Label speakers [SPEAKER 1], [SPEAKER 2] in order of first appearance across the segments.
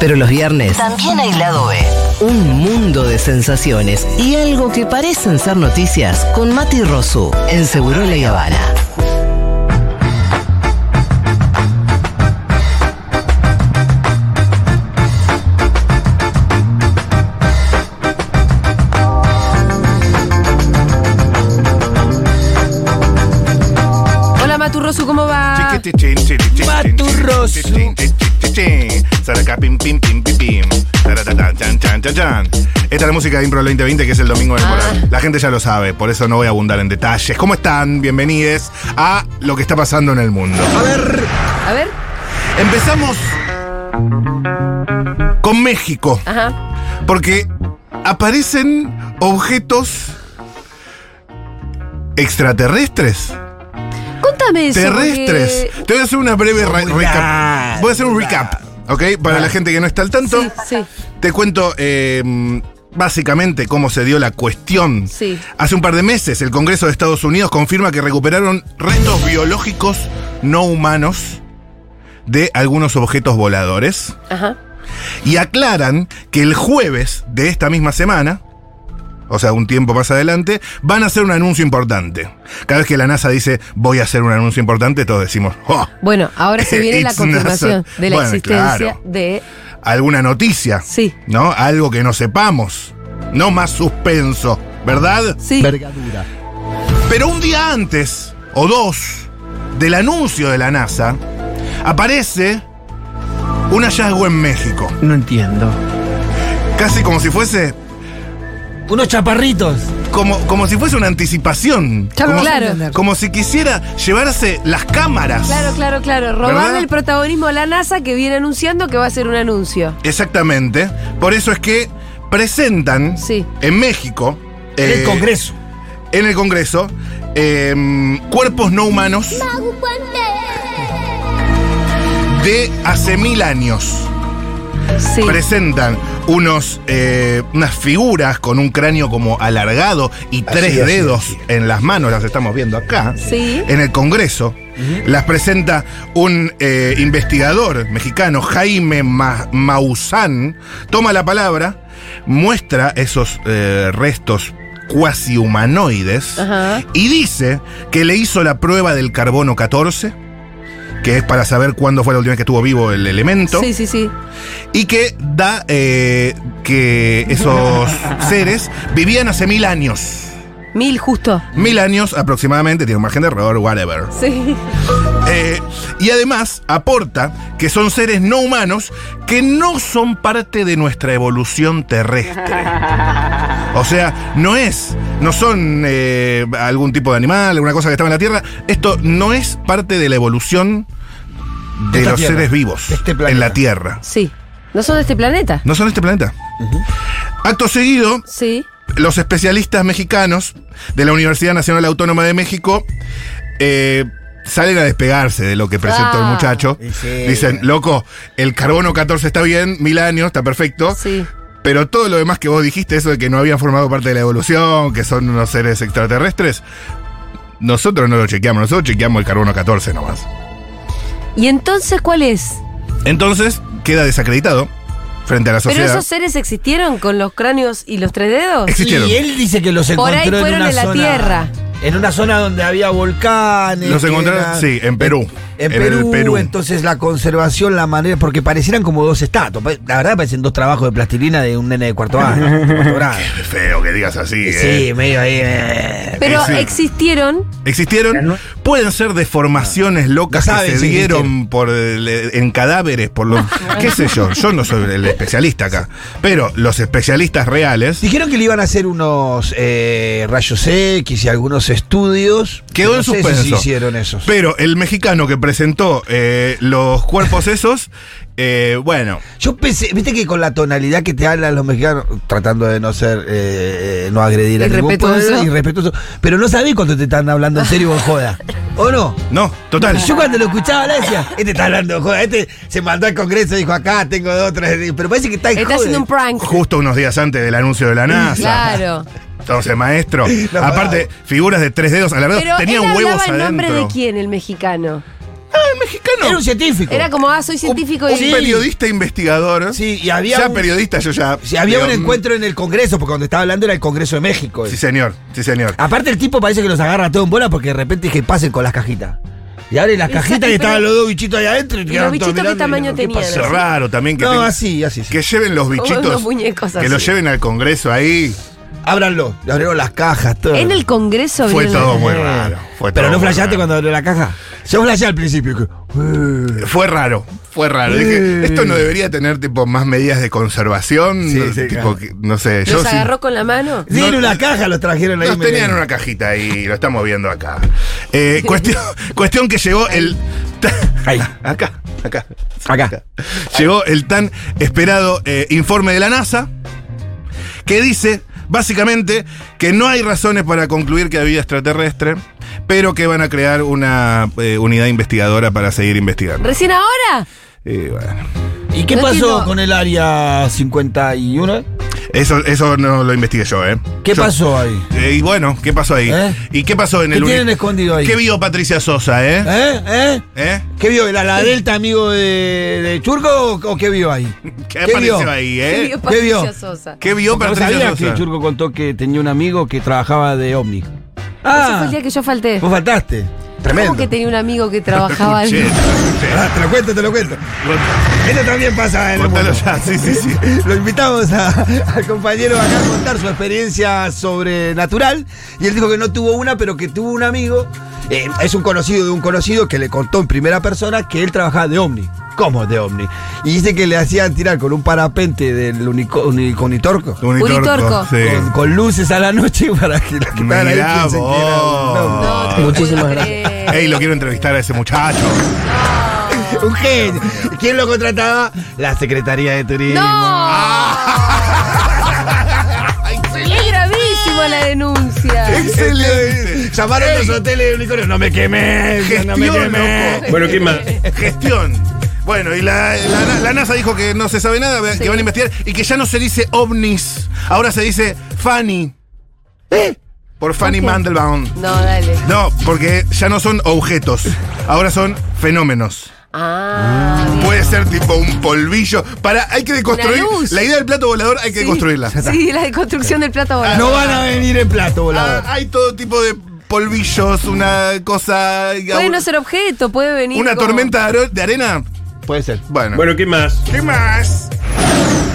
[SPEAKER 1] Pero los viernes
[SPEAKER 2] También hay lado B.
[SPEAKER 1] Un mundo de sensaciones y algo que parecen ser noticias con Mati Rosu en Seguro La Habana.
[SPEAKER 3] Hola Maturrosu, ¿cómo va?
[SPEAKER 4] Maturroso.
[SPEAKER 5] Saraca, pim, pim, pim, pim, pim. Taratata, chan, chan, chan, chan. Esta es la música de Impro del 2020, que es el domingo del Moral. La gente ya lo sabe, por eso no voy a abundar en detalles. ¿Cómo están? Bienvenidos a lo que está pasando en el mundo.
[SPEAKER 4] A ver,
[SPEAKER 3] A ver,
[SPEAKER 4] empezamos.
[SPEAKER 5] Con México,
[SPEAKER 3] ajá.
[SPEAKER 5] porque aparecen objetos extraterrestres.
[SPEAKER 3] Contame eso.
[SPEAKER 5] terrestres.
[SPEAKER 3] porque-
[SPEAKER 5] Te voy a hacer una breve re- recap. Voy a hacer un recap, ¿ok? Para la gente que no está al tanto,
[SPEAKER 3] Sí, sí.
[SPEAKER 5] te cuento eh, básicamente cómo se dio la cuestión.
[SPEAKER 3] Sí.
[SPEAKER 5] Hace un par de meses, el Congreso de Estados Unidos confirma que recuperaron restos biológicos no humanos de algunos objetos voladores
[SPEAKER 3] Ajá.
[SPEAKER 5] y aclaran que el jueves de esta misma semana, o sea, un tiempo más adelante, van a hacer un anuncio importante. Cada vez que la NASA dice voy a hacer un anuncio importante, todos decimos, "Oh,
[SPEAKER 3] Bueno, ahora se viene la
[SPEAKER 5] It's
[SPEAKER 3] confirmación
[SPEAKER 5] NASA.
[SPEAKER 3] de la
[SPEAKER 5] Bueno,
[SPEAKER 3] existencia
[SPEAKER 5] claro.
[SPEAKER 3] de.
[SPEAKER 5] alguna noticia,
[SPEAKER 3] Sí,
[SPEAKER 5] ¿no? Algo que no sepamos, no más suspenso, ¿verdad?
[SPEAKER 3] sí.
[SPEAKER 4] Vergadura.
[SPEAKER 5] Pero un día antes, o dos, del anuncio de la NASA, aparece un hallazgo en México.
[SPEAKER 4] No entiendo.
[SPEAKER 5] Casi como si fuese
[SPEAKER 4] Unos chaparritos.
[SPEAKER 5] como, como si fuese una anticipación.
[SPEAKER 3] Ya lo
[SPEAKER 5] como,
[SPEAKER 3] claro.
[SPEAKER 5] como si quisiera llevarse las cámaras.
[SPEAKER 3] Claro, claro, claro. Robarle
[SPEAKER 5] ¿Verdad?
[SPEAKER 3] el protagonismo a la NASA que viene anunciando que va a hacer un anuncio.
[SPEAKER 5] Exactamente. Por eso es que presentan
[SPEAKER 3] Sí.
[SPEAKER 5] en México.
[SPEAKER 4] En
[SPEAKER 5] eh,
[SPEAKER 4] el Congreso.
[SPEAKER 5] En el Congreso. eh, cuerpos no humanos. De hace mil años.
[SPEAKER 3] Sí.
[SPEAKER 5] Presentan unos, eh, unas figuras con un cráneo como alargado y tres dedos en las manos, las estamos viendo acá.
[SPEAKER 3] Sí.
[SPEAKER 5] en el Congreso. Las presenta un eh, investigador mexicano, Jaime Ma- Maussan, toma la palabra, muestra esos eh, restos cuasi humanoides
[SPEAKER 3] Ajá.
[SPEAKER 5] y dice que le hizo la prueba del carbono 14, que es para saber cuándo fue la última vez que estuvo vivo el elemento,
[SPEAKER 3] Sí, sí, sí.
[SPEAKER 5] y que da eh, que esos seres vivían hace mil años.
[SPEAKER 3] Mil justo.
[SPEAKER 5] Mil años aproximadamente, tiene un margen de error, whatever.
[SPEAKER 3] Sí.
[SPEAKER 5] Eh, y además aporta que son seres no humanos que no son parte de nuestra evolución terrestre. O sea, no es, no son eh, algún tipo de animal, alguna cosa que estaba en la Tierra. Esto no es parte de la evolución de
[SPEAKER 4] Esta
[SPEAKER 5] los
[SPEAKER 4] Tierra,
[SPEAKER 5] seres vivos
[SPEAKER 4] de este planeta.
[SPEAKER 5] en la Tierra.
[SPEAKER 3] Sí. ¿No son de este planeta?
[SPEAKER 5] No son este planeta. Acto seguido,
[SPEAKER 3] Sí.
[SPEAKER 5] los especialistas mexicanos de la Universidad Nacional Autónoma de México eh, salen a despegarse de lo que presentó el
[SPEAKER 3] Ah.
[SPEAKER 5] muchacho.
[SPEAKER 4] Y sí.
[SPEAKER 5] Dicen, loco, el carbono 14 está bien, mil años, está perfecto.
[SPEAKER 3] Sí.
[SPEAKER 5] Pero todo lo demás que vos dijiste, eso de que no habían formado parte de la evolución, que son unos seres extraterrestres, nosotros no lo chequeamos, nosotros chequeamos el carbono 14 nomás.
[SPEAKER 3] ¿Y entonces cuál es?
[SPEAKER 5] Entonces queda desacreditado frente a la
[SPEAKER 3] ¿Pero
[SPEAKER 5] sociedad.
[SPEAKER 3] esos seres existieron con los cráneos y los tres dedos?
[SPEAKER 5] Existieron.
[SPEAKER 4] Y él dice que los
[SPEAKER 3] Por
[SPEAKER 4] encontró
[SPEAKER 3] ahí
[SPEAKER 4] en
[SPEAKER 3] fueron
[SPEAKER 4] una
[SPEAKER 3] de la
[SPEAKER 4] zona-
[SPEAKER 3] tierra.
[SPEAKER 4] En una zona donde había volcanes.
[SPEAKER 5] Los
[SPEAKER 4] que
[SPEAKER 5] encontraron,
[SPEAKER 4] eran-
[SPEAKER 5] sí, en Perú.
[SPEAKER 4] En,
[SPEAKER 5] En el
[SPEAKER 4] Perú,
[SPEAKER 5] Perú.
[SPEAKER 4] Entonces la conservación, la manera. Porque parecieran como dos estatuas. Pa- La verdad parecen dos trabajos de plastilina de un nene de cuarto año. cuarto grado.
[SPEAKER 5] Qué feo que digas así, ¿eh?
[SPEAKER 4] Sí, medio ahí. eh.
[SPEAKER 3] Pero
[SPEAKER 5] Sí.
[SPEAKER 3] existieron.
[SPEAKER 5] Existieron, pueden ser deformaciones locas
[SPEAKER 4] Ah. Ya saben,
[SPEAKER 5] que se
[SPEAKER 4] sí, Ah.
[SPEAKER 5] dieron
[SPEAKER 4] existieron.
[SPEAKER 5] por el- en cadáveres, por los qué sé yo, yo no soy el especialista acá, pero los especialistas reales
[SPEAKER 4] Dijeron que le iban a hacer unos eh, rayos X y algunos estudios.
[SPEAKER 5] quedó
[SPEAKER 4] No
[SPEAKER 5] en
[SPEAKER 4] sé si se
[SPEAKER 5] suspenso.
[SPEAKER 4] hicieron esos.
[SPEAKER 5] Pero el mexicano que presentó eh, los cuerpos esos, eh, bueno,
[SPEAKER 4] Yo pensé, viste que con la tonalidad que te hablan los mexicanos, tratando de no ser, eh, no agredir a ningún
[SPEAKER 3] Irrespetuoso.
[SPEAKER 4] pueblo, irrespetuoso, pero no sabés cuando te están hablando en serio o en joda, ¿o no?
[SPEAKER 5] no, total.
[SPEAKER 4] Yo cuando lo escuchaba, la decía, este está hablando de joda, este se mandó al congreso y dijo, acá tengo dos, tres, pero parece que está en
[SPEAKER 3] Está
[SPEAKER 4] joda.
[SPEAKER 3] haciendo un prank.
[SPEAKER 5] Justo unos días antes del anuncio de la NASA.
[SPEAKER 3] Claro.
[SPEAKER 5] Entonces, maestro,
[SPEAKER 4] No,
[SPEAKER 5] aparte, figuras de tres dedos alargados,
[SPEAKER 3] Pero él
[SPEAKER 5] tenían
[SPEAKER 3] hablaba
[SPEAKER 5] huevos
[SPEAKER 3] el nombre
[SPEAKER 5] adentro.
[SPEAKER 3] de quién, el mexicano.
[SPEAKER 5] Ah, el mexicano.
[SPEAKER 4] Era un científico.
[SPEAKER 3] Era como, ah, soy científico
[SPEAKER 5] un, un
[SPEAKER 3] y.
[SPEAKER 5] periodista investigador.
[SPEAKER 4] Sí, y había
[SPEAKER 5] Ya
[SPEAKER 4] un-
[SPEAKER 5] periodista, yo ya.
[SPEAKER 4] Sí, había
[SPEAKER 5] digo,
[SPEAKER 4] un
[SPEAKER 5] mm,
[SPEAKER 4] encuentro en el Congreso, porque cuando estaba hablando era el Congreso de México.
[SPEAKER 5] Sí, señor, sí, señor.
[SPEAKER 4] Aparte el tipo parece que los agarra todo en bola porque de repente que pasen con las cajitas. Y abren las
[SPEAKER 3] Y
[SPEAKER 4] cajitas
[SPEAKER 3] sa-
[SPEAKER 4] y
[SPEAKER 3] y
[SPEAKER 4] estaban
[SPEAKER 3] pero-
[SPEAKER 4] los dos bichitos ahí adentro. Y
[SPEAKER 3] los
[SPEAKER 4] quedaron todos
[SPEAKER 3] bichitos qué
[SPEAKER 4] mirando y
[SPEAKER 3] tamaño
[SPEAKER 4] dijeron, ¿qué
[SPEAKER 5] Va a
[SPEAKER 3] tenían?
[SPEAKER 5] ser
[SPEAKER 4] pasó?
[SPEAKER 3] así.
[SPEAKER 5] raro también que,
[SPEAKER 4] No,
[SPEAKER 5] tenga-
[SPEAKER 4] así, así. sí.
[SPEAKER 5] que lleven los bichitos.
[SPEAKER 3] unos muñecos
[SPEAKER 5] que los
[SPEAKER 3] así.
[SPEAKER 5] lleven al Congreso ahí.
[SPEAKER 4] Ábranlo. Le abrieron las cajas, todo.
[SPEAKER 3] En el Congreso
[SPEAKER 5] Fue
[SPEAKER 3] abrieron-
[SPEAKER 5] todo muy raro. fue
[SPEAKER 4] Pero
[SPEAKER 5] todo
[SPEAKER 4] no
[SPEAKER 5] muy
[SPEAKER 4] flasheaste
[SPEAKER 5] raro.
[SPEAKER 4] cuando abrió la caja. Yo flasheé al principio. que, "Uh".
[SPEAKER 5] Fue raro, fue raro. Dije, esto no debería tener tipo más medidas de conservación.
[SPEAKER 4] Sí,
[SPEAKER 5] no,
[SPEAKER 4] sí,
[SPEAKER 5] tipo
[SPEAKER 4] claro.
[SPEAKER 5] que- no sé, yo
[SPEAKER 3] ¿Los
[SPEAKER 5] sí-
[SPEAKER 3] agarró con la mano?
[SPEAKER 4] Sí,
[SPEAKER 5] No-
[SPEAKER 4] en una caja los trajeron ahí.
[SPEAKER 5] Nos
[SPEAKER 4] me-
[SPEAKER 5] tenían una cajita ahí, lo estamos viendo acá. Eh, cuestión, cuestión que llegó el.
[SPEAKER 4] Ahí.
[SPEAKER 5] Acá, acá.
[SPEAKER 4] Acá.
[SPEAKER 5] Llegó el tan esperado eh, informe de la NASA que dice, básicamente, que no hay razones para concluir que había extraterrestre, pero que van a crear una eh, unidad investigadora para seguir investigando.
[SPEAKER 3] ¿Recién ahora?
[SPEAKER 5] Y bueno,
[SPEAKER 4] ¿Y qué
[SPEAKER 3] No
[SPEAKER 4] pasó
[SPEAKER 3] entiendo.
[SPEAKER 4] con el área 51?
[SPEAKER 5] eso, eso no lo investigué yo, ¿eh?
[SPEAKER 4] ¿Qué
[SPEAKER 5] Yo-
[SPEAKER 4] pasó ahí?
[SPEAKER 5] Eh, y bueno, ¿qué pasó ahí?
[SPEAKER 4] ¿Eh?
[SPEAKER 5] ¿Y qué pasó en
[SPEAKER 4] ¿Qué
[SPEAKER 5] el uni-
[SPEAKER 4] tienen escondido ahí?
[SPEAKER 5] ¿Qué vio Patricia Sosa, eh?
[SPEAKER 4] ¿Eh? ¿Eh?
[SPEAKER 5] ¿Eh?
[SPEAKER 4] ¿Qué vio? ¿La, la delta amigo de, de Churco o, o qué vio ahí?
[SPEAKER 5] ¿Qué, apareció
[SPEAKER 4] vio?
[SPEAKER 5] ahí,
[SPEAKER 3] ¿Qué
[SPEAKER 5] eh?
[SPEAKER 3] vio Patricia
[SPEAKER 4] vio?
[SPEAKER 3] Sosa?
[SPEAKER 5] ¿Qué vio
[SPEAKER 4] Porque vos
[SPEAKER 5] Patricia
[SPEAKER 4] sabías que
[SPEAKER 5] Sosa?
[SPEAKER 4] Churco contó que tenía un amigo que trabajaba de ovni.
[SPEAKER 3] Ese fue el
[SPEAKER 4] Ah,
[SPEAKER 3] día que yo falté.
[SPEAKER 4] vos faltaste. Tremendo.
[SPEAKER 3] ¿Cómo que tenía un amigo que trabajaba en-
[SPEAKER 5] Escuché, escuché.
[SPEAKER 4] Ah, te lo cuento, te lo cuento. Esto también pasa en el
[SPEAKER 5] Contalo
[SPEAKER 4] mundo.
[SPEAKER 5] ya, sí, sí, sí.
[SPEAKER 4] Lo invitamos a- al compañero acá a contar su experiencia sobrenatural. Y él dijo que no tuvo una, pero que tuvo un amigo. eh, es un conocido de un conocido que le contó en primera persona que él trabajaba de ovni. ¿Cómo de ovni? Y dice que le hacían tirar con un parapente del unico- unicornitorco.
[SPEAKER 3] Unitorco.
[SPEAKER 5] Sí.
[SPEAKER 4] Con, con luces a la noche para que la que estaban ahí
[SPEAKER 5] Mirá
[SPEAKER 4] piensen que era un ovni.
[SPEAKER 5] vos.
[SPEAKER 3] No,
[SPEAKER 1] Muchísimas gracias.
[SPEAKER 5] Ah. Ey, lo quiero entrevistar a ese muchacho.
[SPEAKER 4] Un genio. ¿Quién lo contrataba? La Secretaría de Turismo.
[SPEAKER 3] Es gravísimo la denuncia.
[SPEAKER 5] Excelente.
[SPEAKER 4] Llamaron a los hoteles de unicornio. No me quemé. No me
[SPEAKER 5] Gestión,
[SPEAKER 4] quemé.
[SPEAKER 5] loco. Bueno, ¿qué más? Gestión. Bueno, y la, la- la NASA dijo que no se sabe nada, que van a investigar, y que ya no se dice ovnis, ahora se dice Fanny. ¿Eh? Por Fanny Mandelbaum.
[SPEAKER 3] No, dale.
[SPEAKER 5] No, porque ya no son objetos, ahora son fenómenos. Mm.
[SPEAKER 3] Ah, bien.
[SPEAKER 5] Puede ser tipo un polvillo. Para, hay que deconstruir.
[SPEAKER 3] Una luz.
[SPEAKER 5] La idea del plato volador hay que Ah,
[SPEAKER 3] Sí.
[SPEAKER 5] deconstruirla.
[SPEAKER 3] Sí, la deconstrucción del plato volador.
[SPEAKER 4] No van a venir en plato
[SPEAKER 5] Ah,
[SPEAKER 4] volador.
[SPEAKER 5] hay todo tipo de polvillos, una cosa.
[SPEAKER 3] Puede no ser objeto, puede venir.
[SPEAKER 5] una
[SPEAKER 3] como-
[SPEAKER 5] tormenta de are- de arena.
[SPEAKER 4] Puede ser.
[SPEAKER 5] Bueno.
[SPEAKER 2] Bueno, ¿qué más?
[SPEAKER 5] ¿Qué más?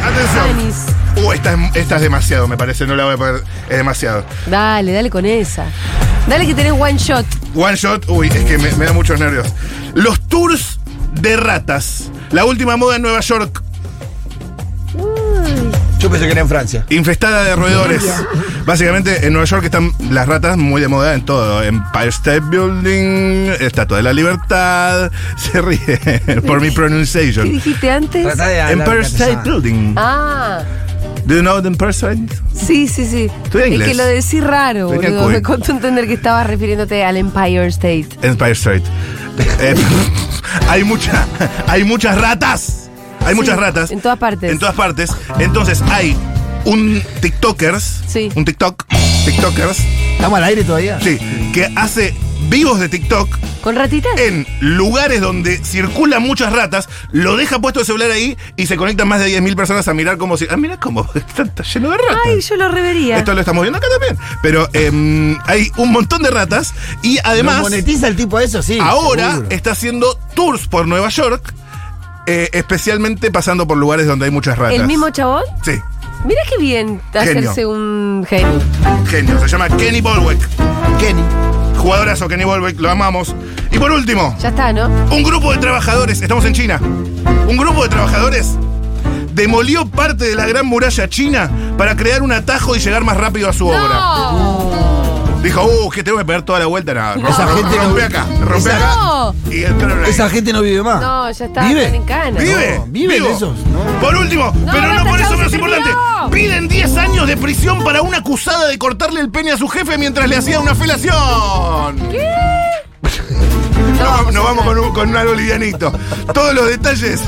[SPEAKER 5] Atención.
[SPEAKER 3] Anis.
[SPEAKER 5] Uh, esta, es- esta es demasiado, me parece. No la voy a poner. Es demasiado.
[SPEAKER 3] Dale, dale con esa. Dale que tenés one shot.
[SPEAKER 5] One shot. Uy, es que me, me da muchos nervios. Los tours de ratas. La última moda en Nueva York.
[SPEAKER 4] Yo pensé que era en Francia.
[SPEAKER 5] Infestada de roedores. Básicamente en Nueva York están las ratas muy de moda en todo. Empire State Building, Estatua de la Libertad. Se ríe por mi
[SPEAKER 3] ¿Qué
[SPEAKER 5] pronunciation.
[SPEAKER 3] dijiste antes?
[SPEAKER 4] Tratá de hablar
[SPEAKER 5] Empire State
[SPEAKER 4] castellano.
[SPEAKER 5] Building.
[SPEAKER 3] Ah,
[SPEAKER 5] Do you know the Empire State?
[SPEAKER 3] sí, sí, sí.
[SPEAKER 5] Estudia
[SPEAKER 3] Es
[SPEAKER 5] inglés.
[SPEAKER 3] que lo decís raro,
[SPEAKER 5] Tenía
[SPEAKER 3] boludo.
[SPEAKER 5] COVID.
[SPEAKER 3] Me costó entender que estabas refiriéndote al Empire State.
[SPEAKER 5] Empire State. Eh, hay mucha, hay muchas ratas. Hay
[SPEAKER 3] Sí,
[SPEAKER 5] muchas ratas.
[SPEAKER 3] en todas partes.
[SPEAKER 5] En todas partes. Entonces hay un TikTokers.
[SPEAKER 3] Sí.
[SPEAKER 5] Un TikTok. TikTokers.
[SPEAKER 4] ¿Estamos al aire todavía?
[SPEAKER 5] Sí. Que hace vivos de TikTok
[SPEAKER 3] ¿Con ratitas?
[SPEAKER 5] en lugares donde circulan muchas ratas, lo deja puesto el celular ahí y se conectan más de 10.000 personas a mirar como si. Ah, mira cómo está, está lleno de ratas.
[SPEAKER 3] Ay, yo lo revería.
[SPEAKER 5] Esto lo estamos viendo acá también. Pero em, hay un montón de ratas y
[SPEAKER 4] ¿Lo
[SPEAKER 5] además
[SPEAKER 4] monetiza el tipo eso? Sí.
[SPEAKER 5] ahora
[SPEAKER 4] seguro.
[SPEAKER 5] está haciendo tours por Nueva York, eh, especialmente pasando por lugares donde hay muchas ratas.
[SPEAKER 3] ¿El mismo chabón?
[SPEAKER 5] Sí,
[SPEAKER 3] Mira qué bien
[SPEAKER 5] Genio.
[SPEAKER 3] hacerse un genio.
[SPEAKER 5] genio. Se llama Kenny Bolweck.
[SPEAKER 4] Kenny.
[SPEAKER 5] Jugadorazo Kenny Bolweck, lo amamos. Y por último.
[SPEAKER 3] Ya está, ¿no?
[SPEAKER 5] Un grupo de trabajadores, estamos en China. Un grupo de trabajadores demolió parte de la gran muralla china para crear un atajo y llegar más rápido a su obra. Dijo, uh, que tengo que pegar toda la vuelta. No,
[SPEAKER 4] Esa
[SPEAKER 5] rom-
[SPEAKER 4] gente no-
[SPEAKER 5] rompe acá, rompe
[SPEAKER 4] Esa-
[SPEAKER 5] acá.
[SPEAKER 3] ¡No!
[SPEAKER 5] Y el claro,
[SPEAKER 4] Esa gente no vive más.
[SPEAKER 3] No, ya está,
[SPEAKER 4] ¿Vive?
[SPEAKER 3] están en cana.
[SPEAKER 5] ¿Vive?
[SPEAKER 4] No, viven
[SPEAKER 5] vivo.
[SPEAKER 4] esos, no.
[SPEAKER 5] Por último, pero no
[SPEAKER 3] basta,
[SPEAKER 5] por eso
[SPEAKER 3] chau,
[SPEAKER 5] menos
[SPEAKER 3] se
[SPEAKER 5] importante.
[SPEAKER 3] terminó.
[SPEAKER 5] Piden 10 años de prisión para una acusada de cortarle el pene a su jefe mientras le hacía una felación. Nos vamos, nos vamos con, un, con algo livianito. Todos los detalles.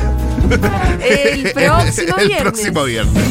[SPEAKER 3] El próximo
[SPEAKER 5] El
[SPEAKER 3] viernes.
[SPEAKER 5] próximo viernes.